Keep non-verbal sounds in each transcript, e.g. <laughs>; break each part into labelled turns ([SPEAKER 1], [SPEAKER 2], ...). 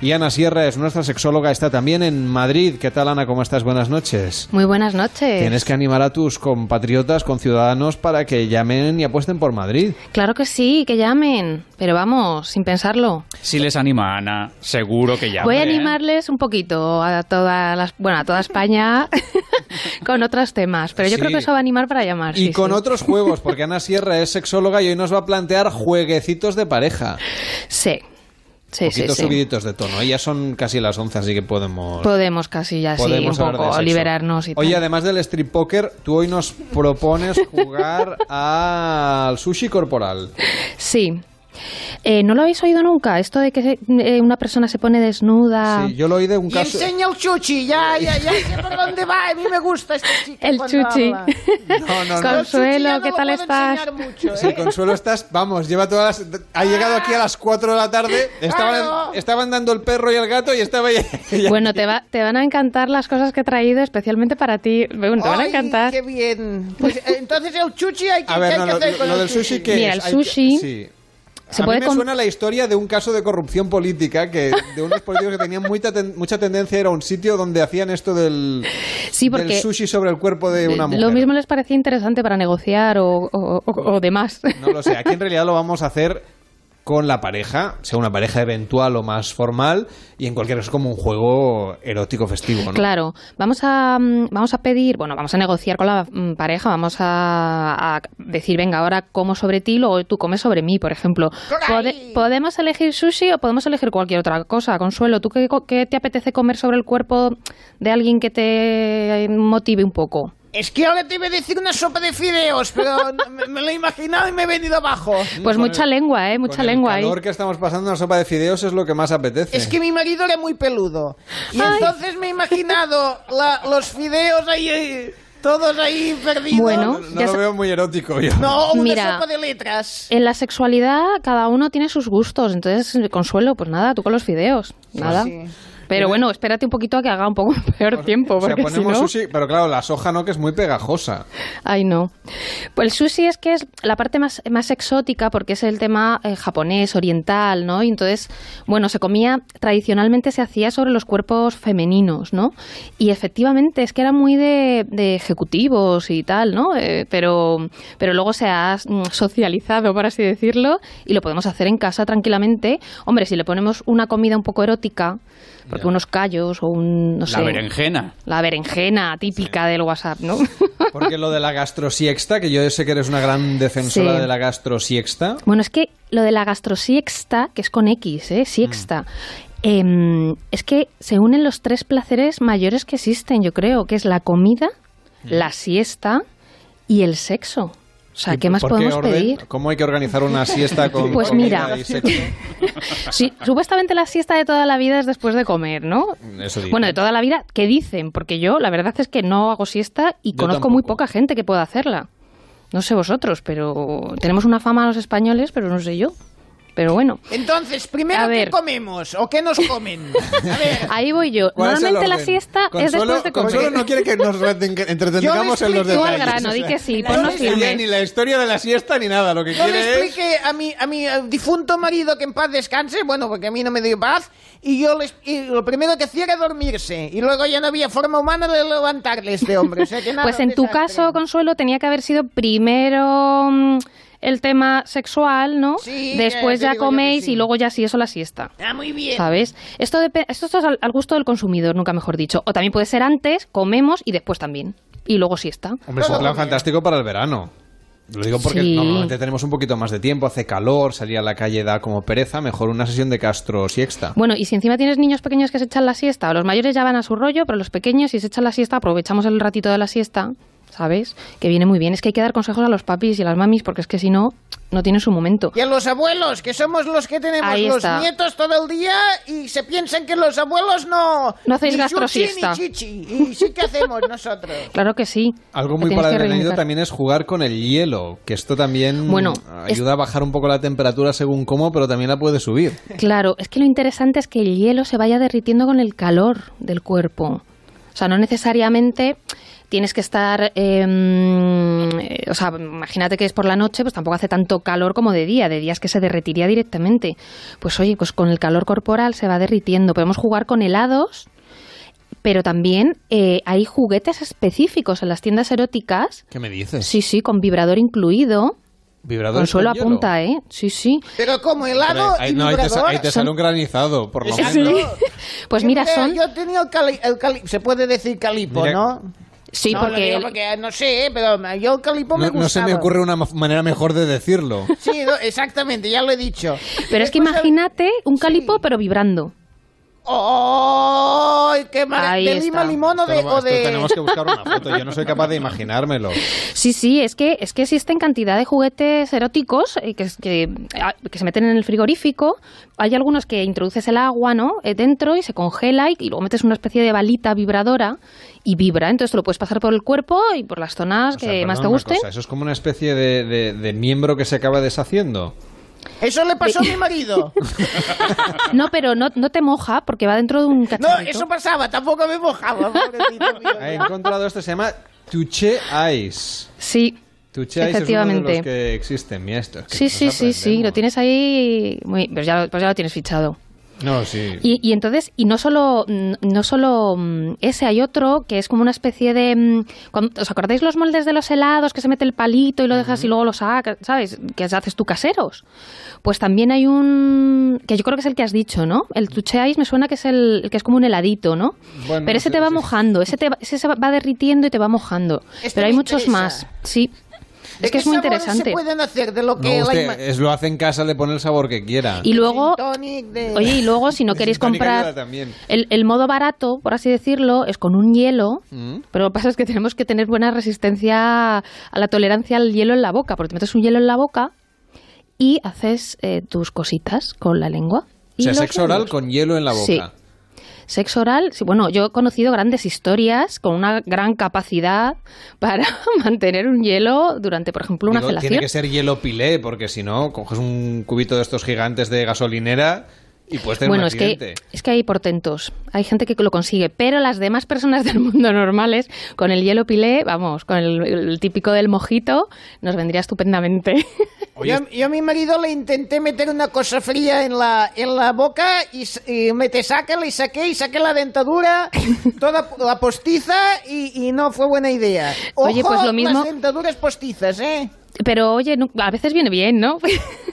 [SPEAKER 1] Y Ana Sierra es nuestra sexóloga, está también en Madrid. ¿Qué tal, Ana? ¿Cómo estás? Buenas noches.
[SPEAKER 2] Muy buenas noches.
[SPEAKER 1] Tienes que animar a tus compatriotas, conciudadanos, para que llamen y apuesten por Madrid.
[SPEAKER 2] Claro que sí, que llamen. Pero vamos, sin pensarlo.
[SPEAKER 3] Si les anima Ana, seguro que llamen.
[SPEAKER 2] Voy a animarles un poquito a toda, las, bueno, a toda España <laughs> con otros temas. Pero yo
[SPEAKER 1] Sí.
[SPEAKER 2] creo que eso va a animar para llamar.
[SPEAKER 1] Y
[SPEAKER 2] Ah, sí,
[SPEAKER 1] con
[SPEAKER 2] sí.
[SPEAKER 1] otros juegos, porque Ana Sierra es sexóloga y hoy nos va a plantear jueguecitos de pareja.
[SPEAKER 2] Sí. Sí, sí,
[SPEAKER 1] Poquitos
[SPEAKER 2] sí.
[SPEAKER 1] subiditos de tono. Ahí ya son casi las 11, así que podemos...
[SPEAKER 2] Podemos casi ya sí, un
[SPEAKER 1] podemos hablar de
[SPEAKER 2] poco
[SPEAKER 1] sexo.
[SPEAKER 2] liberarnos y
[SPEAKER 1] Oye,
[SPEAKER 2] tal.
[SPEAKER 1] además del strip poker, tú hoy nos propones jugar al sushi corporal.
[SPEAKER 2] Sí. Eh, ¿No lo habéis oído nunca? Esto de que se- eh, una persona se pone desnuda.
[SPEAKER 1] Sí, yo lo oí de un
[SPEAKER 4] Y
[SPEAKER 1] caso...
[SPEAKER 4] enseña el chuchi, ya, ya, ya sé por dónde va. A mí me gusta este chico.
[SPEAKER 2] El
[SPEAKER 4] cuando
[SPEAKER 2] chuchi.
[SPEAKER 4] habla.
[SPEAKER 1] No, no, no.
[SPEAKER 4] Pero el chuchi ya
[SPEAKER 2] Consuelo,
[SPEAKER 4] no
[SPEAKER 2] ¿qué
[SPEAKER 4] lo
[SPEAKER 2] tal
[SPEAKER 4] puedo
[SPEAKER 2] estás?
[SPEAKER 4] enseñar mucho,
[SPEAKER 1] Sí,
[SPEAKER 4] ¿eh?
[SPEAKER 1] Consuelo, estás, vamos, lleva todas las... Ha llegado aquí a las 4 de la
[SPEAKER 4] <laughs>
[SPEAKER 1] tarde, estaban,
[SPEAKER 4] Claro.
[SPEAKER 1] estaban dando el perro y el gato y estaba <laughs> ella- ella-
[SPEAKER 2] <laughs> Bueno, te, va- te van a encantar las cosas que he traído especialmente para ti. Bueno, te van a
[SPEAKER 4] Ay,
[SPEAKER 2] encantar.
[SPEAKER 4] Qué bien. Pues eh, entonces el chuchi hay que,
[SPEAKER 1] A
[SPEAKER 4] ¿qué
[SPEAKER 1] ver,
[SPEAKER 4] hay
[SPEAKER 1] no,
[SPEAKER 4] que
[SPEAKER 1] lo,
[SPEAKER 4] hacer
[SPEAKER 1] lo-
[SPEAKER 4] con
[SPEAKER 1] lo
[SPEAKER 4] el
[SPEAKER 1] del sushi que
[SPEAKER 2] Mira,
[SPEAKER 1] es,
[SPEAKER 2] el
[SPEAKER 1] hay
[SPEAKER 2] sushi
[SPEAKER 1] sí.
[SPEAKER 2] se
[SPEAKER 1] a mí
[SPEAKER 2] puede
[SPEAKER 1] me
[SPEAKER 2] con-
[SPEAKER 1] suena la historia de un caso de corrupción política que de unos políticos que tenían mucha, ten- mucha tendencia era un sitio donde hacían esto del,
[SPEAKER 2] Sí,
[SPEAKER 1] del
[SPEAKER 2] porque-
[SPEAKER 1] sushi sobre el cuerpo de una mujer.
[SPEAKER 2] Lo mismo les parecía interesante para negociar o, o- o- o demás.
[SPEAKER 1] No lo sé, aquí en realidad lo vamos a hacer con la pareja, sea una pareja eventual o más formal, y en cualquier caso como un juego erótico festivo, ¿no?
[SPEAKER 2] <laughs> Claro, vamos a, mm, vamos a pedir, bueno, vamos a negociar con la mm, pareja, vamos a, a decir, venga, ahora como sobre ti, luego tú comes sobre mí, por ejemplo. Pode- ¿Podemos elegir sushi o podemos elegir cualquier otra cosa? Consuelo, ¿tú qué, co- qué te apetece comer sobre el cuerpo de alguien que te motive un poco?
[SPEAKER 4] Es que ahora te iba a decir una sopa de fideos, pero
[SPEAKER 2] <laughs>
[SPEAKER 4] no- me, me lo he imaginado y me he venido abajo.
[SPEAKER 2] Pues
[SPEAKER 1] con
[SPEAKER 2] mucha
[SPEAKER 1] el-
[SPEAKER 2] lengua, ¿eh? Mucha
[SPEAKER 1] Con
[SPEAKER 2] lengua
[SPEAKER 1] El
[SPEAKER 2] ahí.
[SPEAKER 1] calor que estamos pasando en la sopa de fideos es lo que más apetece.
[SPEAKER 4] Es que mi marido era muy peludo. Y
[SPEAKER 2] Ay.
[SPEAKER 4] entonces me he imaginado la- los fideos ahí, eh, todos ahí perdidos.
[SPEAKER 1] no,
[SPEAKER 2] Bueno.
[SPEAKER 1] no
[SPEAKER 2] Ya
[SPEAKER 1] lo
[SPEAKER 2] sa-
[SPEAKER 1] veo muy erótico yo.
[SPEAKER 4] No, una
[SPEAKER 2] Mira.
[SPEAKER 4] sopa de letras.
[SPEAKER 2] En la sexualidad cada uno tiene sus gustos, entonces Consuelo, pues nada, tú con los fideos, nada. Pero bueno, espérate un poquito a que haga un poco <laughs> peor tiempo,
[SPEAKER 1] o sea,
[SPEAKER 2] porque si
[SPEAKER 1] ponemos
[SPEAKER 2] no...
[SPEAKER 1] sushi, pero claro, la soja no, que es muy pegajosa.
[SPEAKER 2] Ay, no. Pues el sushi es que es la parte más, más exótica porque es el tema eh, japonés, oriental, ¿no? Y entonces, bueno, se comía, tradicionalmente se hacía sobre los cuerpos femeninos, ¿no? Y efectivamente es que era muy de, de ejecutivos y tal, ¿no? Eh, pero, pero luego se ha mm, socializado, por así decirlo, y lo podemos hacer en casa tranquilamente. Hombre, si le ponemos una comida un poco erótica, porque unos callos o un, no
[SPEAKER 3] La
[SPEAKER 2] sé...
[SPEAKER 3] berenjena.
[SPEAKER 2] La berenjena típica del WhatsApp, ¿no? <laughs>
[SPEAKER 1] Porque lo de la gastrosiexta, que yo sé que eres una gran defensora
[SPEAKER 2] Sí.
[SPEAKER 1] de la gastrosiexta.
[SPEAKER 2] Bueno, es que lo de la gastrosiexta, que es con X, ¿eh? Siexta.
[SPEAKER 1] Mm.
[SPEAKER 2] em, es que se unen los tres placeres mayores que existen, yo creo, que es la comida,
[SPEAKER 1] Mm.
[SPEAKER 2] la siesta y el sexo. O sea,
[SPEAKER 1] ¿Y
[SPEAKER 2] ¿qué más
[SPEAKER 1] por qué
[SPEAKER 2] podemos
[SPEAKER 1] orden?
[SPEAKER 2] pedir?
[SPEAKER 1] ¿Cómo hay que organizar una siesta con
[SPEAKER 2] Pues
[SPEAKER 1] comida
[SPEAKER 2] mira.
[SPEAKER 1] y sexo? <laughs>
[SPEAKER 2] Sí, supuestamente la siesta de toda la vida es después de comer, ¿no?
[SPEAKER 1] Eso dicen.
[SPEAKER 2] Bueno, de toda la vida, ¿qué dicen? Porque yo, la verdad es que no hago siesta y
[SPEAKER 1] Yo
[SPEAKER 2] conozco muy
[SPEAKER 1] tampoco.
[SPEAKER 2] poca gente que pueda hacerla. No sé vosotros, pero tenemos una fama los españoles, pero no sé yo. Pero bueno.
[SPEAKER 4] Entonces,
[SPEAKER 2] A
[SPEAKER 4] primero,
[SPEAKER 2] ver.
[SPEAKER 4] ¿qué comemos? ¿O qué nos comen?
[SPEAKER 1] <laughs>
[SPEAKER 4] A ver,
[SPEAKER 2] Ahí voy yo.
[SPEAKER 1] ¿Cuál es el
[SPEAKER 2] Normalmente la
[SPEAKER 1] orden?
[SPEAKER 2] siesta es
[SPEAKER 1] Consuelo-
[SPEAKER 2] después de comer.
[SPEAKER 1] Consuelo no quiere que nos reten- que entretengamos
[SPEAKER 4] Yo
[SPEAKER 1] en
[SPEAKER 4] le
[SPEAKER 1] los detalles.
[SPEAKER 2] Tú al grano, di
[SPEAKER 1] <laughs>
[SPEAKER 2] que sí, ponnos
[SPEAKER 1] Ella
[SPEAKER 2] firmes.
[SPEAKER 1] Ni la historia de la siesta ni nada, lo que
[SPEAKER 4] yo le
[SPEAKER 1] quiere es...
[SPEAKER 4] expliqué a mi, a mi eh, difunto marido que en paz descanse, bueno, porque a mí no me dio paz, y yo les- y lo primero que hacía era dormirse, y luego ya no había forma humana de levantarle este hombre. o
[SPEAKER 2] <laughs>
[SPEAKER 4] sea que nada,
[SPEAKER 2] Pues
[SPEAKER 4] un
[SPEAKER 2] en tu
[SPEAKER 4] desastre.
[SPEAKER 2] caso, Consuelo, tenía que haber sido primero mm, el tema sexual, ¿no?
[SPEAKER 4] Sí,
[SPEAKER 2] Después
[SPEAKER 4] ya,
[SPEAKER 2] ya
[SPEAKER 4] te digo yo que
[SPEAKER 2] coméis
[SPEAKER 4] sí.
[SPEAKER 2] y luego ya sí, eso la siesta.
[SPEAKER 4] Ah, muy bien.
[SPEAKER 2] ¿Sabes? Esto, depe- esto es al, al gusto del consumidor, nunca mejor dicho. O también puede ser antes, comemos y después también. Y luego siesta.
[SPEAKER 1] Hombre, es un plan fantástico para el verano. Lo digo porque
[SPEAKER 2] Sí.
[SPEAKER 1] normalmente tenemos un poquito más de tiempo, hace calor, salir a la calle da como pereza, mejor una sesión de Castro siexta.
[SPEAKER 2] Bueno, y si encima tienes niños pequeños que se echan la siesta, o los mayores ya van a su rollo, pero los pequeños si se echan la siesta, aprovechamos el ratito de la siesta, ¿sabes? Que viene muy bien. Es que hay que dar consejos a los papis y a las mamis, porque es que si no, no tienen su momento.
[SPEAKER 4] Y a los abuelos, que somos los que tenemos
[SPEAKER 2] Ahí
[SPEAKER 4] los
[SPEAKER 2] está.
[SPEAKER 4] nietos todo el día y se piensan que los abuelos no...
[SPEAKER 2] No hacéis
[SPEAKER 4] ni chuchi
[SPEAKER 2] gastrosiesta.
[SPEAKER 4] Ni chichi. Y sí que hacemos
[SPEAKER 1] <laughs>
[SPEAKER 4] nosotros.
[SPEAKER 2] Claro que sí.
[SPEAKER 1] Algo
[SPEAKER 2] Te
[SPEAKER 1] muy
[SPEAKER 2] tienes que
[SPEAKER 1] para el verano
[SPEAKER 2] reivindicar.
[SPEAKER 1] también es jugar con el hielo, que esto también
[SPEAKER 2] Bueno,
[SPEAKER 1] ayuda a bajar un poco la temperatura según cómo, pero también la puede subir.
[SPEAKER 2] <laughs> Claro, es que lo interesante es que el hielo se vaya derritiendo con el calor del cuerpo. O sea, no necesariamente tienes que estar, eh, eh, o sea, imagínate que es por la noche, pues tampoco hace tanto calor como de día, de días que se derretiría directamente. Pues oye, pues con el calor corporal se va derritiendo. Podemos jugar con helados, pero también eh, hay juguetes específicos en las tiendas eróticas.
[SPEAKER 1] ¿Qué me dices?
[SPEAKER 2] Sí, sí, con vibrador incluido.
[SPEAKER 1] Vibrador
[SPEAKER 2] Consuelo apunta, ¿eh? Sí, sí.
[SPEAKER 4] Pero como helado y
[SPEAKER 1] Ah, no, ahí te, sa-
[SPEAKER 4] vibrador.
[SPEAKER 1] ahí te
[SPEAKER 2] Son-
[SPEAKER 1] sale un granizado, por lo menos.
[SPEAKER 4] Exacto.
[SPEAKER 2] <laughs> Pues
[SPEAKER 4] Yo
[SPEAKER 2] mira,
[SPEAKER 4] creo-
[SPEAKER 2] son...
[SPEAKER 4] Yo tenía el cali, el cali- se puede decir calipo,
[SPEAKER 1] Mira-
[SPEAKER 4] ¿no?
[SPEAKER 2] Sí,
[SPEAKER 4] no, lo
[SPEAKER 2] porque...
[SPEAKER 4] digo porque no sé, ¿eh? pero yo el calipo me
[SPEAKER 1] No, no se
[SPEAKER 4] gustaba.
[SPEAKER 1] me ocurre una ma- manera mejor de decirlo.
[SPEAKER 4] Sí, no, exactamente, ya lo he dicho.
[SPEAKER 2] Pero es
[SPEAKER 4] <laughs>
[SPEAKER 2] que
[SPEAKER 4] Después el-
[SPEAKER 2] imagínate un calipo, pero vibrando.
[SPEAKER 4] ¡Ay, qué
[SPEAKER 2] Ahí
[SPEAKER 4] maravilla! ¿De lima
[SPEAKER 2] está.
[SPEAKER 4] limón o de...?
[SPEAKER 1] Esto-
[SPEAKER 4] o de-
[SPEAKER 1] esto tenemos que buscar una foto. Yo no soy capaz de imaginármelo.
[SPEAKER 2] Sí, sí, es que, es que existen cantidad de juguetes eróticos eh, que, es- que, ah, que se meten en el frigorífico. Hay algunos que introduces el agua ¿no? Eh, dentro y se congela y, y luego metes una especie de balita vibradora y vibra. Entonces te lo puedes pasar por el cuerpo y por las zonas
[SPEAKER 1] O sea,
[SPEAKER 2] que
[SPEAKER 1] perdona
[SPEAKER 2] más te
[SPEAKER 1] una
[SPEAKER 2] gusten.
[SPEAKER 1] cosa, Eso es como una especie de, de- de miembro que se acaba deshaciendo.
[SPEAKER 4] Eso le pasó a
[SPEAKER 2] <laughs>
[SPEAKER 4] mi marido.
[SPEAKER 2] No, pero no, no te moja porque va dentro de un
[SPEAKER 4] No,
[SPEAKER 2] cacharrito.
[SPEAKER 4] eso pasaba, tampoco me mojaba, pobrecito mío.
[SPEAKER 1] He encontrado esto, se llama Touché Ice.
[SPEAKER 2] Sí.
[SPEAKER 1] Touché Ice es uno de
[SPEAKER 2] Efectivamente.
[SPEAKER 1] los que existen. Mira esto. es que
[SPEAKER 2] Sí,
[SPEAKER 1] nos
[SPEAKER 2] sí, sí, sí, lo
[SPEAKER 1] pues aprendemos.
[SPEAKER 2] tienes ahí, muy, pues, ya, lo- pues ya lo tienes fichado.
[SPEAKER 1] No, sí.
[SPEAKER 2] Y, y entonces, y no solo, mm, no solo mm, ese, hay otro que es como una especie de... mm, cuan- ¿Os acordáis los moldes de los helados que se mete el palito y lo dejas y luego lo sacas, ¿sabes? Que haces tú caseros. Pues también hay un... que yo creo que es el que has dicho, ¿no? El touche ice me suena que es el, el que es como un heladito, ¿no?
[SPEAKER 1] Bueno,
[SPEAKER 2] Pero ese
[SPEAKER 1] sí,
[SPEAKER 2] te va
[SPEAKER 1] sí.
[SPEAKER 2] mojando, ese, te va, ese se va derritiendo y te va mojando.
[SPEAKER 4] Este
[SPEAKER 2] Pero hay
[SPEAKER 4] me
[SPEAKER 2] muchos más,
[SPEAKER 4] interesa.
[SPEAKER 2] sí.
[SPEAKER 4] ¿De
[SPEAKER 2] Es que
[SPEAKER 4] qué
[SPEAKER 2] es muy
[SPEAKER 4] sabores
[SPEAKER 2] interesante.
[SPEAKER 4] se pueden hacer de lo
[SPEAKER 1] No,
[SPEAKER 4] que la
[SPEAKER 1] usted
[SPEAKER 4] ima-
[SPEAKER 1] es, lo hace en casa, le pone el sabor que quiera.
[SPEAKER 2] eh, Y luego...
[SPEAKER 4] Gin tonic de-
[SPEAKER 2] Oye, y luego si no
[SPEAKER 1] Sin
[SPEAKER 2] queréis
[SPEAKER 1] tónica
[SPEAKER 2] comprar
[SPEAKER 1] ayuda también.
[SPEAKER 2] el, el modo barato, por así decirlo, es con un hielo,
[SPEAKER 1] Mm.
[SPEAKER 2] pero lo que pasa es que tenemos que tener buena resistencia a la tolerancia al hielo en la boca, porque te metes un hielo en la boca y haces eh, tus cositas con la lengua.
[SPEAKER 1] o
[SPEAKER 2] y
[SPEAKER 1] sea,
[SPEAKER 2] los
[SPEAKER 1] sexo oral
[SPEAKER 2] labios.
[SPEAKER 1] con hielo en la boca.
[SPEAKER 2] Sí. Sexo oral, sí, bueno, yo he conocido grandes historias con una gran capacidad para <laughs> mantener un hielo durante, por ejemplo, una
[SPEAKER 1] Digo,
[SPEAKER 2] celación.
[SPEAKER 1] Tiene que ser hielo pilé, porque si no, coges un cubito de estos gigantes de gasolinera y puedes tener
[SPEAKER 2] Bueno,
[SPEAKER 1] un
[SPEAKER 2] es que,
[SPEAKER 1] accidente.
[SPEAKER 2] es que hay portentos. Hay gente que lo consigue, pero las demás personas del mundo normales, con el hielo pilé, vamos, con el, el típico del mojito, nos vendría estupendamente. <laughs>
[SPEAKER 1] Oye,
[SPEAKER 4] yo, yo a mi marido le intenté meter una cosa fría en la, en la boca y, s- y me te saca, le saqué y saqué la
[SPEAKER 2] <laughs>
[SPEAKER 4] dentadura, toda p- la postiza y, y no fue buena idea. Ojo,
[SPEAKER 2] Oye, pues lo mismo-
[SPEAKER 4] Las dentaduras postizas, ¿eh?
[SPEAKER 2] Pero oye, no- a veces viene bien, ¿no?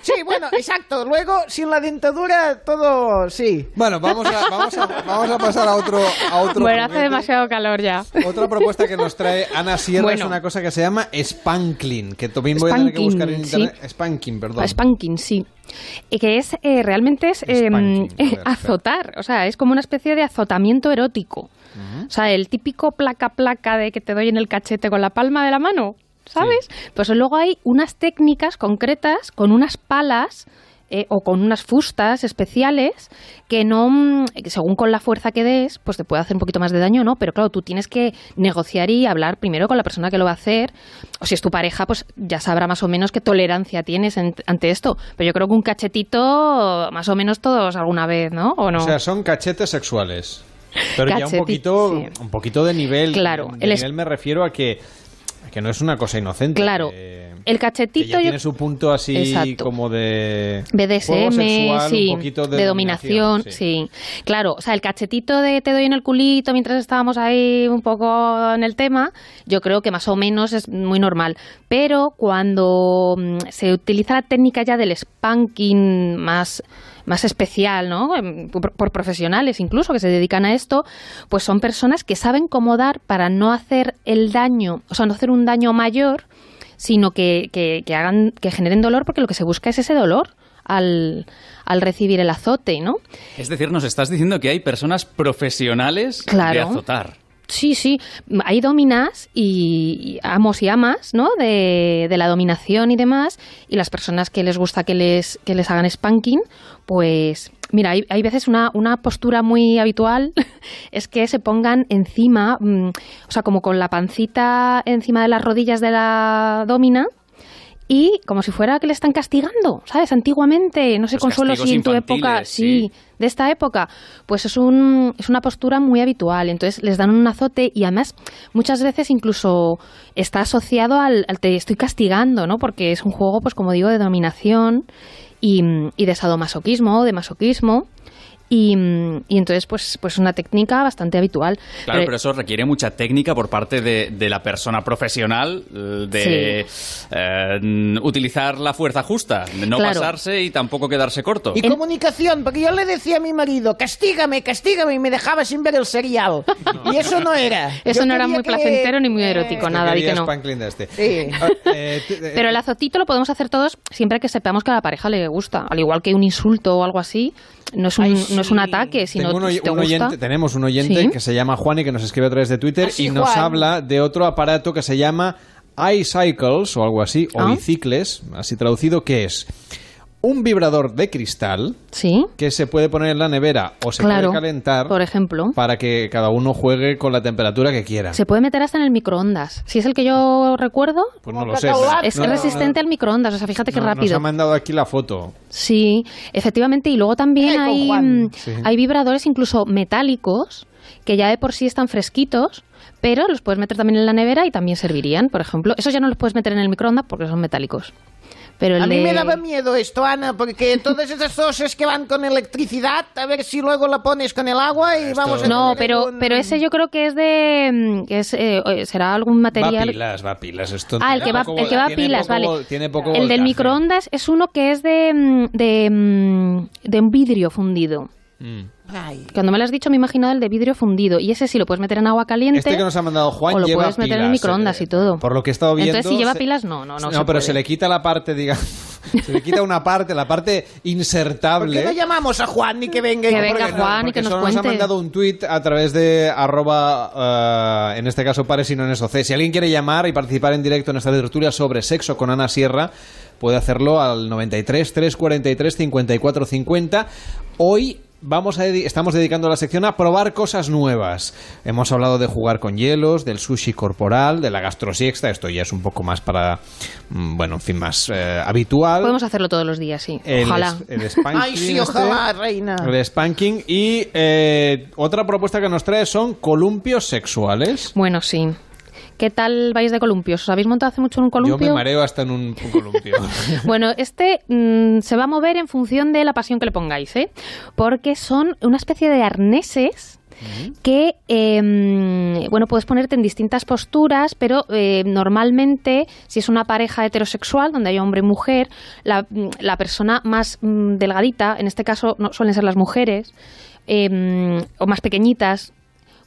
[SPEAKER 4] Sí, bueno, exacto. Luego, sin la dentadura, todo sí.
[SPEAKER 1] Bueno, vamos a, vamos a, vamos a pasar a otro, a otro
[SPEAKER 2] <laughs> bueno, hace
[SPEAKER 1] juguete.
[SPEAKER 2] demasiado calor ya.
[SPEAKER 1] Otra propuesta que nos trae Ana Sierra
[SPEAKER 2] Bueno.
[SPEAKER 1] es una cosa que se llama spankling, que también voy a tener que buscar en
[SPEAKER 2] Spanking, sí.
[SPEAKER 1] internet. Spanking, perdón.
[SPEAKER 2] Spanking, sí. Y que es, eh, realmente es eh,
[SPEAKER 1] Spanking, a ver,
[SPEAKER 2] <laughs>
[SPEAKER 1] espera.
[SPEAKER 2] azotar, o sea, es como una especie de azotamiento erótico. O sea, el típico placa-placa de que te doy en el cachete con la palma de la mano, ¿sabes? Pues luego hay unas técnicas concretas con unas palas eh, o con unas fustas especiales que no, mm, que según con la fuerza que des, pues te puede hacer un poquito más de daño o no, pero claro, tú tienes que negociar y hablar primero con la persona que lo va a hacer, o si es tu pareja, pues ya sabrá más o menos qué tolerancia tienes en- ante esto, pero yo creo que un cachetito, más o menos todos alguna vez, ¿no? ¿O no?
[SPEAKER 1] O sea, son cachetes sexuales. Pero ya un
[SPEAKER 2] Cacheti-
[SPEAKER 1] poquito,
[SPEAKER 2] sí.
[SPEAKER 1] un poquito de nivel.
[SPEAKER 2] Claro,
[SPEAKER 1] De
[SPEAKER 2] el es-
[SPEAKER 1] nivel me refiero a que, a que no es una cosa inocente.
[SPEAKER 2] Claro,
[SPEAKER 1] que-
[SPEAKER 2] el
[SPEAKER 1] que
[SPEAKER 2] cachetito
[SPEAKER 1] ya
[SPEAKER 2] yo-
[SPEAKER 1] tiene su punto así
[SPEAKER 2] Exacto.
[SPEAKER 1] como de juego
[SPEAKER 2] BDSM,
[SPEAKER 1] sexual,
[SPEAKER 2] sí,
[SPEAKER 1] un poquito de,
[SPEAKER 2] de dominación, sí. Claro, o sea, el cachetito de te doy en el culito mientras estábamos ahí un poco en el tema, yo creo que más o menos es muy normal. Pero cuando mm, se utiliza la técnica ya del spanking más más especial, ¿no? Em, Por, por profesionales incluso que se dedican a esto, pues son personas que saben cómo dar para no hacer el daño, o sea, no hacer un daño mayor, sino que, que, que hagan que generen dolor porque lo que se busca es ese dolor al, al recibir el azote, ¿no?
[SPEAKER 3] Es decir, nos estás diciendo que hay personas profesionales de
[SPEAKER 2] Claro.
[SPEAKER 3] azotar.
[SPEAKER 2] Sí, sí, hay dominas y y amos y amas, ¿no? De, de la dominación y demás, y las personas que les gusta que les, que les hagan spanking, pues mira, hay, hay veces una, una postura muy habitual <laughs> es que se pongan encima, mm, o sea, como con la pancita encima de las rodillas de la domina, y como si fuera que le están castigando, ¿sabes? Antiguamente, no sé,
[SPEAKER 3] Los
[SPEAKER 2] Consuelo, si en
[SPEAKER 3] castigos
[SPEAKER 2] tu época,
[SPEAKER 3] infantiles,
[SPEAKER 2] sí,
[SPEAKER 3] sí.
[SPEAKER 2] de esta época, pues es, un, es una postura muy habitual. Entonces les dan un azote y además muchas veces incluso está asociado al, al te estoy castigando, ¿no? Porque es un juego, pues como digo, de dominación y, mm, y de sadomasoquismo, de masoquismo. Y, mm, y entonces, pues, pues una técnica bastante habitual.
[SPEAKER 3] Claro,
[SPEAKER 2] Pero-
[SPEAKER 3] pero eso requiere mucha técnica por parte de, de la persona profesional eh, de eh, utilizar la fuerza justa, de no
[SPEAKER 2] Claro.
[SPEAKER 3] pasarse y tampoco quedarse corto.
[SPEAKER 4] Y comunicación, porque yo le decía a mi marido, castígame, castígame, y me dejaba sin ver
[SPEAKER 2] <laughs>
[SPEAKER 4] el serial. Y eso no era.
[SPEAKER 2] Eso
[SPEAKER 4] Yo
[SPEAKER 2] no era
[SPEAKER 4] quería
[SPEAKER 2] muy
[SPEAKER 4] que-
[SPEAKER 2] placentero ni muy erótico, nada, di que
[SPEAKER 1] querías
[SPEAKER 2] no.
[SPEAKER 1] Franklin de este.
[SPEAKER 4] Sí.
[SPEAKER 1] Ah, eh, t- eh,
[SPEAKER 2] Pero el azotito lo podemos hacer todos siempre que sepamos que a la pareja le gusta. Al igual que un insulto o algo así, no es un,
[SPEAKER 4] Ay, sí.
[SPEAKER 2] no es un ataque, sino
[SPEAKER 1] Tengo un oy-
[SPEAKER 2] te
[SPEAKER 1] un
[SPEAKER 2] gusta.
[SPEAKER 1] oyente- tenemos un oyente
[SPEAKER 2] Sí. Ah,
[SPEAKER 1] que se llama Juan y que nos escribe a través de Twitter
[SPEAKER 4] Así,
[SPEAKER 1] y nos
[SPEAKER 4] Juan.
[SPEAKER 1] habla de otro aparato que se llama iCycles o algo así,
[SPEAKER 2] Ah.
[SPEAKER 1] o bicicles, así traducido, que es un vibrador de cristal
[SPEAKER 2] Sí,
[SPEAKER 1] que se puede poner en la nevera o se
[SPEAKER 2] Claro,
[SPEAKER 1] puede calentar
[SPEAKER 2] por ejemplo.
[SPEAKER 1] para que cada uno juegue con la temperatura que quiera.
[SPEAKER 2] se puede meter hasta en el microondas. Si es el que yo recuerdo,
[SPEAKER 1] Pues
[SPEAKER 4] Como
[SPEAKER 1] no lo sé.
[SPEAKER 4] cacahuate.
[SPEAKER 2] es
[SPEAKER 1] No, no, no.
[SPEAKER 2] resistente al microondas. O sea, fíjate qué
[SPEAKER 1] No, Nos
[SPEAKER 2] rápido.
[SPEAKER 1] ha mandado aquí la foto.
[SPEAKER 2] Sí, efectivamente. Y luego también
[SPEAKER 4] Ay, con
[SPEAKER 2] hay,
[SPEAKER 4] Juan.
[SPEAKER 2] mm,
[SPEAKER 1] Sí.
[SPEAKER 2] hay vibradores incluso metálicos que ya de por sí están fresquitos, pero los puedes meter también en la nevera y también servirían, por ejemplo. Eso ya no los puedes meter en el microondas porque son metálicos. Pero el
[SPEAKER 4] A mí
[SPEAKER 2] de-
[SPEAKER 4] me daba miedo esto, Ana, porque todas esas cosas que van con electricidad, a ver si luego la pones con el agua y vamos a
[SPEAKER 2] No,
[SPEAKER 4] tener
[SPEAKER 2] pero,
[SPEAKER 4] un-
[SPEAKER 2] pero ese yo creo que es de... mm, que es, eh, eh, será algún
[SPEAKER 1] Va a
[SPEAKER 2] material...
[SPEAKER 1] pilas, va a pilas. Esto
[SPEAKER 2] Ah, el que va,
[SPEAKER 1] Poco
[SPEAKER 2] el que va a
[SPEAKER 1] tiene
[SPEAKER 2] pilas,
[SPEAKER 1] poco
[SPEAKER 2] vale.
[SPEAKER 1] vol- Tiene poco
[SPEAKER 2] el del
[SPEAKER 1] voltaje.
[SPEAKER 2] microondas es uno que es de, mm, de, mm, de un vidrio fundido.
[SPEAKER 1] Mm.
[SPEAKER 4] Ay.
[SPEAKER 2] Cuando me lo has dicho me he imaginado el de vidrio fundido y ese sí lo puedes meter en agua caliente.
[SPEAKER 1] Este que nos ha mandado Juan
[SPEAKER 2] o lo
[SPEAKER 1] lleva
[SPEAKER 2] puedes meter en
[SPEAKER 1] pilas,
[SPEAKER 2] el microondas
[SPEAKER 1] eh,
[SPEAKER 2] y todo.
[SPEAKER 1] Por lo que he estado viendo.
[SPEAKER 2] Entonces si lleva
[SPEAKER 1] se-
[SPEAKER 2] pilas no, no,
[SPEAKER 1] No,
[SPEAKER 2] no.
[SPEAKER 1] pero
[SPEAKER 2] puede.
[SPEAKER 1] se le quita la parte, digamos. <laughs> Se le quita una parte, la
[SPEAKER 2] <laughs>
[SPEAKER 1] parte
[SPEAKER 4] ¿Por qué no
[SPEAKER 1] insertable.
[SPEAKER 4] llamamos a Juan ni que venga? y-
[SPEAKER 2] Que venga
[SPEAKER 1] Porque no,
[SPEAKER 2] Juan y
[SPEAKER 1] porque
[SPEAKER 2] que nos
[SPEAKER 1] solo nos
[SPEAKER 2] cuente.
[SPEAKER 1] ha mandado un tuit a través de arroba, eh, en este caso, pares y no en eso C. Si alguien quiere llamar y participar en directo en esta tertulia sobre sexo con Ana Sierra, puede hacerlo al 93 343 54 50. Hoy vamos a dedi- estamos dedicando la sección a probar cosas nuevas. Hemos hablado de jugar con hielos, del sushi corporal, de la gastrosiexta. Esto ya es un poco más para, mm, bueno, en fin, más eh, habitual.
[SPEAKER 2] Podemos hacerlo todos los días, sí.
[SPEAKER 1] El
[SPEAKER 2] Ojalá.
[SPEAKER 1] es- el spanking
[SPEAKER 4] Ay, sí,
[SPEAKER 1] este.
[SPEAKER 4] ojalá, reina.
[SPEAKER 1] El spanking. Y eh, otra propuesta que nos trae son columpios sexuales.
[SPEAKER 2] Bueno, sí. ¿Qué tal vais de columpios? ¿Os habéis montado hace mucho en un columpio?
[SPEAKER 1] Yo me mareo <laughs> hasta en un, un
[SPEAKER 2] <laughs>
[SPEAKER 1] columpio.
[SPEAKER 2] Bueno, este mm, se va a mover en función de la pasión que le pongáis, ¿eh? Porque son una especie de arneses que, eh, bueno, puedes ponerte en distintas posturas, pero eh, normalmente, si es una pareja heterosexual, donde hay hombre y mujer, la, la persona más mm, delgadita, en este caso no, suelen ser las mujeres, eh, o más pequeñitas,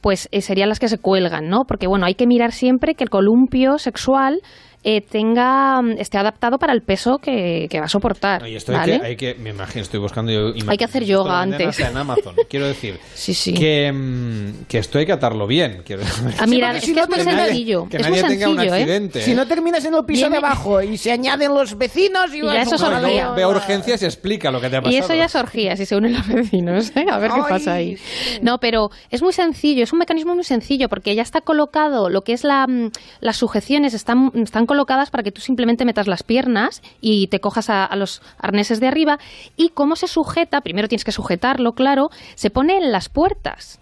[SPEAKER 2] pues eh, serían las que se cuelgan, ¿no? Porque bueno, hay que mirar siempre que el columpio sexual eh, tenga mm, esté adaptado para el peso que, que va a soportar.
[SPEAKER 1] No, y esto
[SPEAKER 2] ¿vale?
[SPEAKER 1] hay, que, hay que- me imagino, estoy buscando. yo imagino,
[SPEAKER 2] Hay que hacer
[SPEAKER 1] esto lo
[SPEAKER 2] yoga
[SPEAKER 1] venden
[SPEAKER 2] antes.
[SPEAKER 1] hasta en Amazon. Quiero decir
[SPEAKER 2] Sí, sí.
[SPEAKER 1] Que, mm, que esto hay que atarlo bien. Quiero
[SPEAKER 2] Ah, mira,
[SPEAKER 4] porque
[SPEAKER 2] es
[SPEAKER 4] si
[SPEAKER 2] que
[SPEAKER 4] no
[SPEAKER 2] es muy
[SPEAKER 4] te- nadie-
[SPEAKER 2] sencillo.
[SPEAKER 1] que
[SPEAKER 2] es muy
[SPEAKER 1] nadie tenga un
[SPEAKER 2] sencillo, ¿eh?
[SPEAKER 1] accidente.
[SPEAKER 4] Si no terminas en el piso
[SPEAKER 2] Viene-
[SPEAKER 4] de abajo y se añaden los vecinos y,
[SPEAKER 2] ya eso
[SPEAKER 1] No, y luego
[SPEAKER 2] Sorría.
[SPEAKER 1] ve a urgencias y explica lo que te ha pasado.
[SPEAKER 2] Y eso ya es orgía, si se unen los vecinos, ¿eh? a ver qué
[SPEAKER 4] Ay,
[SPEAKER 2] pasa ahí. No, pero es muy sencillo, es un mecanismo muy sencillo, porque ya está colocado, lo que es la, mm, las sujeciones están, están colocadas para que tú simplemente metas las piernas y te cojas a, a los arneses de arriba. Y cómo se sujeta, primero tienes que sujetarlo, claro, se pone en las puertas.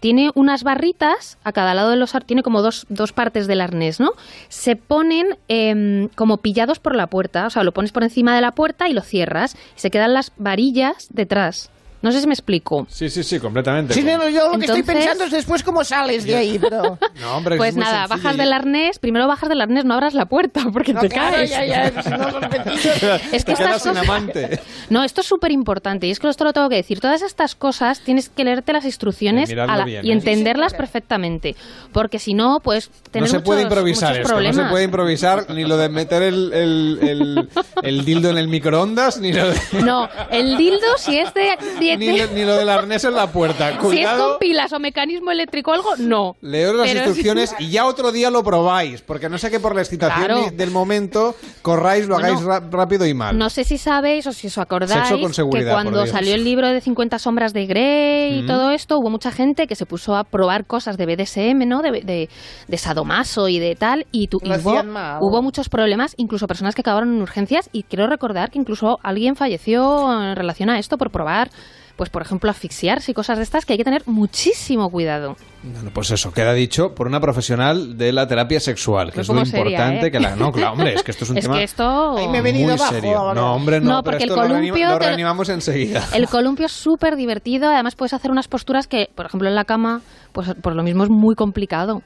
[SPEAKER 2] Tiene unas barritas a cada lado de los ar- tiene como dos, dos partes del arnés, ¿no? Se ponen em, como pillados por la puerta, o sea, lo pones por encima de la puerta y lo cierras. Y se quedan las varillas detrás. No sé si me explico.
[SPEAKER 1] Sí, sí, sí, completamente.
[SPEAKER 4] Sí, no, no, yo lo que estoy
[SPEAKER 2] Entonces-
[SPEAKER 4] pensando es después cómo sales de ahí, pero...
[SPEAKER 1] No, hombre, es
[SPEAKER 2] Pues
[SPEAKER 1] muy
[SPEAKER 2] nada,
[SPEAKER 1] sencillo
[SPEAKER 2] bajas
[SPEAKER 1] y-
[SPEAKER 2] del arnés, primero bajas del arnés, no abras la puerta <laughs> porque
[SPEAKER 4] No,
[SPEAKER 2] <laughs> te
[SPEAKER 4] claro,
[SPEAKER 2] caes.
[SPEAKER 4] ya, ya, si no,
[SPEAKER 2] <laughs>
[SPEAKER 4] los vecinos-
[SPEAKER 2] Es que
[SPEAKER 1] Te quedas
[SPEAKER 2] estas
[SPEAKER 1] sin
[SPEAKER 2] cosas-
[SPEAKER 1] amante.
[SPEAKER 2] <laughs> No, esto es súper importante y es que esto lo tengo que decir. Todas estas cosas tienes que leerte las instrucciones
[SPEAKER 1] Y mirarlo
[SPEAKER 2] a la-
[SPEAKER 1] bien,
[SPEAKER 2] y
[SPEAKER 1] ¿eh?
[SPEAKER 2] entenderlas perfectamente, porque si no, pues tener
[SPEAKER 1] no se
[SPEAKER 2] muchos-
[SPEAKER 1] puede improvisar
[SPEAKER 2] muchos
[SPEAKER 1] esto,
[SPEAKER 2] problemas.
[SPEAKER 1] no se puede improvisar ni lo de meter el,
[SPEAKER 2] <laughs>
[SPEAKER 1] el, el- el dildo en el microondas, ni lo de...
[SPEAKER 2] No, el dildo si es de, de billete.
[SPEAKER 1] Ni, ni lo del arnés en la puerta.
[SPEAKER 2] Si es
[SPEAKER 1] Cuidado.
[SPEAKER 2] con pilas o mecanismo eléctrico o algo, no.
[SPEAKER 1] Leeros las
[SPEAKER 2] Pero sí-
[SPEAKER 1] instrucciones y ya otro día lo probáis, porque no sé que por la excitación
[SPEAKER 2] Claro.
[SPEAKER 1] ni- del momento corráis, lo
[SPEAKER 2] Bueno,
[SPEAKER 1] hagáis ra- rápido y mal.
[SPEAKER 2] No sé si sabéis o si os acordáis
[SPEAKER 1] Sexo con seguridad, por
[SPEAKER 2] que cuando
[SPEAKER 1] Dios. Mm.
[SPEAKER 2] salió el libro de 50 sombras de Grey y todo esto, hubo mucha gente que se puso a probar cosas de BDSM, ¿no? De, de, de sadomaso y de tal, y, tu- y
[SPEAKER 4] Lo
[SPEAKER 2] hubo,
[SPEAKER 4] hacían mal.
[SPEAKER 2] hubo muchos problemas, incluso personas que acabaron en urgencias, y quiero recordar que incluso alguien falleció en relación a esto por probar, pues por ejemplo, asfixiarse y cosas de estas que hay que tener muchísimo cuidado.
[SPEAKER 1] Bueno, pues eso, queda dicho por una profesional de la terapia sexual, que
[SPEAKER 2] Me
[SPEAKER 1] es lo
[SPEAKER 2] pongo seria,
[SPEAKER 1] importante
[SPEAKER 2] ¿eh?
[SPEAKER 1] que la... No, claro, hombre, es que esto es un
[SPEAKER 2] <laughs> es
[SPEAKER 1] tema...
[SPEAKER 2] que esto...
[SPEAKER 4] Ahí me he venido
[SPEAKER 1] muy
[SPEAKER 4] abajo
[SPEAKER 1] serio.
[SPEAKER 4] ahora.
[SPEAKER 1] No, hombre, no,
[SPEAKER 2] No,
[SPEAKER 1] pero
[SPEAKER 2] porque
[SPEAKER 1] esto
[SPEAKER 2] el
[SPEAKER 1] lo, reanima-
[SPEAKER 2] columpio
[SPEAKER 1] lo
[SPEAKER 2] te lo-
[SPEAKER 1] reanimamos enseguida.
[SPEAKER 2] El columpio es súper divertido, además puedes hacer unas posturas que, por ejemplo, en la cama, pues por lo mismo es muy complicado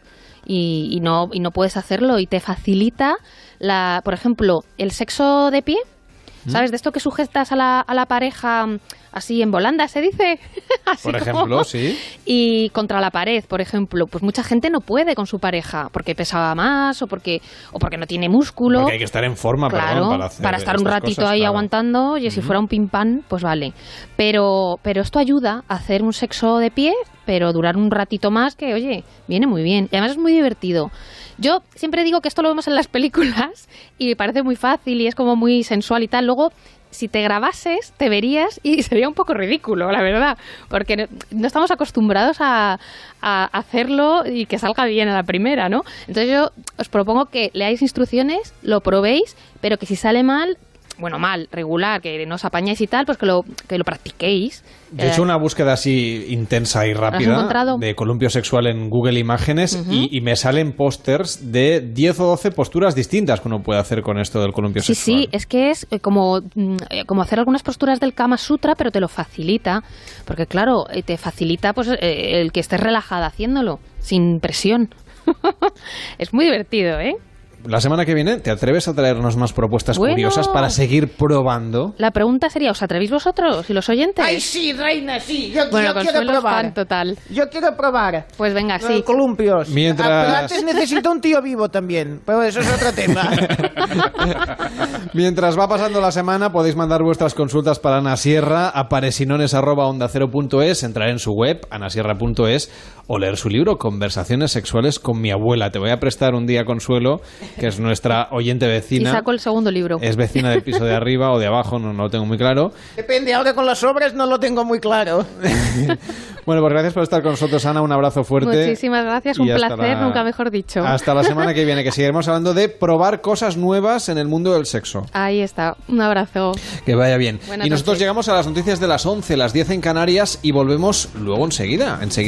[SPEAKER 2] y, y no, y no puedes hacerlo y te facilita, la, por ejemplo, el sexo de pie.
[SPEAKER 1] ¿Mm?
[SPEAKER 2] ¿Sabes? De esto que sujetas a la, a la pareja mm, así en volanda, se dice. <laughs> Así
[SPEAKER 1] Por
[SPEAKER 2] como-
[SPEAKER 1] ejemplo, sí.
[SPEAKER 2] Y contra la pared, por ejemplo. Pues mucha gente no puede con su pareja porque pesaba más o porque, o porque no tiene músculo.
[SPEAKER 1] Porque hay que estar en forma,
[SPEAKER 2] Claro,
[SPEAKER 1] perdón,
[SPEAKER 2] para,
[SPEAKER 1] para hacer
[SPEAKER 2] estar un
[SPEAKER 1] estas
[SPEAKER 2] ratito
[SPEAKER 1] cosas,
[SPEAKER 2] ahí
[SPEAKER 1] claro.
[SPEAKER 2] aguantando y si fuera un pim pam, pues vale. Pero, pero esto ayuda a hacer un sexo de pie, pero durar un ratito más que, oye, viene muy bien. Y además es muy divertido. Yo siempre digo que esto lo vemos en las <laughs> películas y parece muy fácil y es como muy sensual y tal. Luego, si te grabases, te verías y <laughs> sería un poco ridículo, la verdad, porque no, no estamos acostumbrados a, a hacerlo y que salga bien a la primera, ¿no? Entonces yo os propongo que leáis instrucciones, lo probéis, pero que si sale mal, bueno, mal, regular, que no os apañáis y tal, pues que lo, que lo practiquéis. Eh,
[SPEAKER 1] Yo he hecho una búsqueda así intensa y rápida
[SPEAKER 2] encontrado?
[SPEAKER 1] de columpio sexual en Google Imágenes y, y me salen pósters de 10 o 12 posturas distintas que uno puede hacer con esto del columpio
[SPEAKER 2] Sí,
[SPEAKER 1] sexual.
[SPEAKER 2] sí, es que es eh, como, mm, eh, como hacer algunas posturas del Kama Sutra, pero te lo facilita, porque claro, eh, te facilita pues eh, el que estés relajada haciéndolo, sin presión. <laughs> es muy divertido, ¿eh?
[SPEAKER 1] La semana que viene, ¿te atreves a traernos más propuestas
[SPEAKER 2] Bueno.
[SPEAKER 1] curiosas para seguir probando?
[SPEAKER 2] La pregunta sería, ¿os atrevéis vosotros y los oyentes?
[SPEAKER 4] Ay, sí, reina, sí. Yo,
[SPEAKER 2] bueno,
[SPEAKER 4] yo quiero
[SPEAKER 2] Consuelo es
[SPEAKER 4] probar.
[SPEAKER 2] fan total.
[SPEAKER 4] Yo quiero probar.
[SPEAKER 2] Pues venga,
[SPEAKER 4] Los
[SPEAKER 2] sí.
[SPEAKER 4] Eh, columpios.
[SPEAKER 1] Mientras-
[SPEAKER 4] Ah, pero antes necesito un tío vivo también. Pero eso es otro tema.
[SPEAKER 1] Mientras va pasando la semana, podéis mandar vuestras consultas para Ana Sierra a paresinones.ondacero.es, entrar en su web, anasierra.es, o leer su libro, Conversaciones sexuales con mi abuela. Te voy a prestar un día, Consuelo, que es nuestra oyente
[SPEAKER 2] Y
[SPEAKER 1] vecina.
[SPEAKER 2] saco el segundo libro.
[SPEAKER 1] Es vecina del piso de arriba o de abajo, no, no lo tengo muy claro.
[SPEAKER 4] Depende, ahora con las obras no lo tengo muy claro.
[SPEAKER 1] Bueno, pues gracias por estar con nosotros, Ana. Un abrazo fuerte.
[SPEAKER 2] Muchísimas gracias, un
[SPEAKER 1] Y hasta
[SPEAKER 2] placer, nunca mejor dicho.
[SPEAKER 1] Hasta la semana que viene, que seguiremos hablando de probar cosas nuevas en el mundo del sexo.
[SPEAKER 2] Ahí está, un abrazo.
[SPEAKER 1] Que vaya bien.
[SPEAKER 2] Buenas
[SPEAKER 1] y nosotros
[SPEAKER 2] noches.
[SPEAKER 1] llegamos a las noticias de las 11, las 10 en Canarias y volvemos luego enseguida. Enseguida.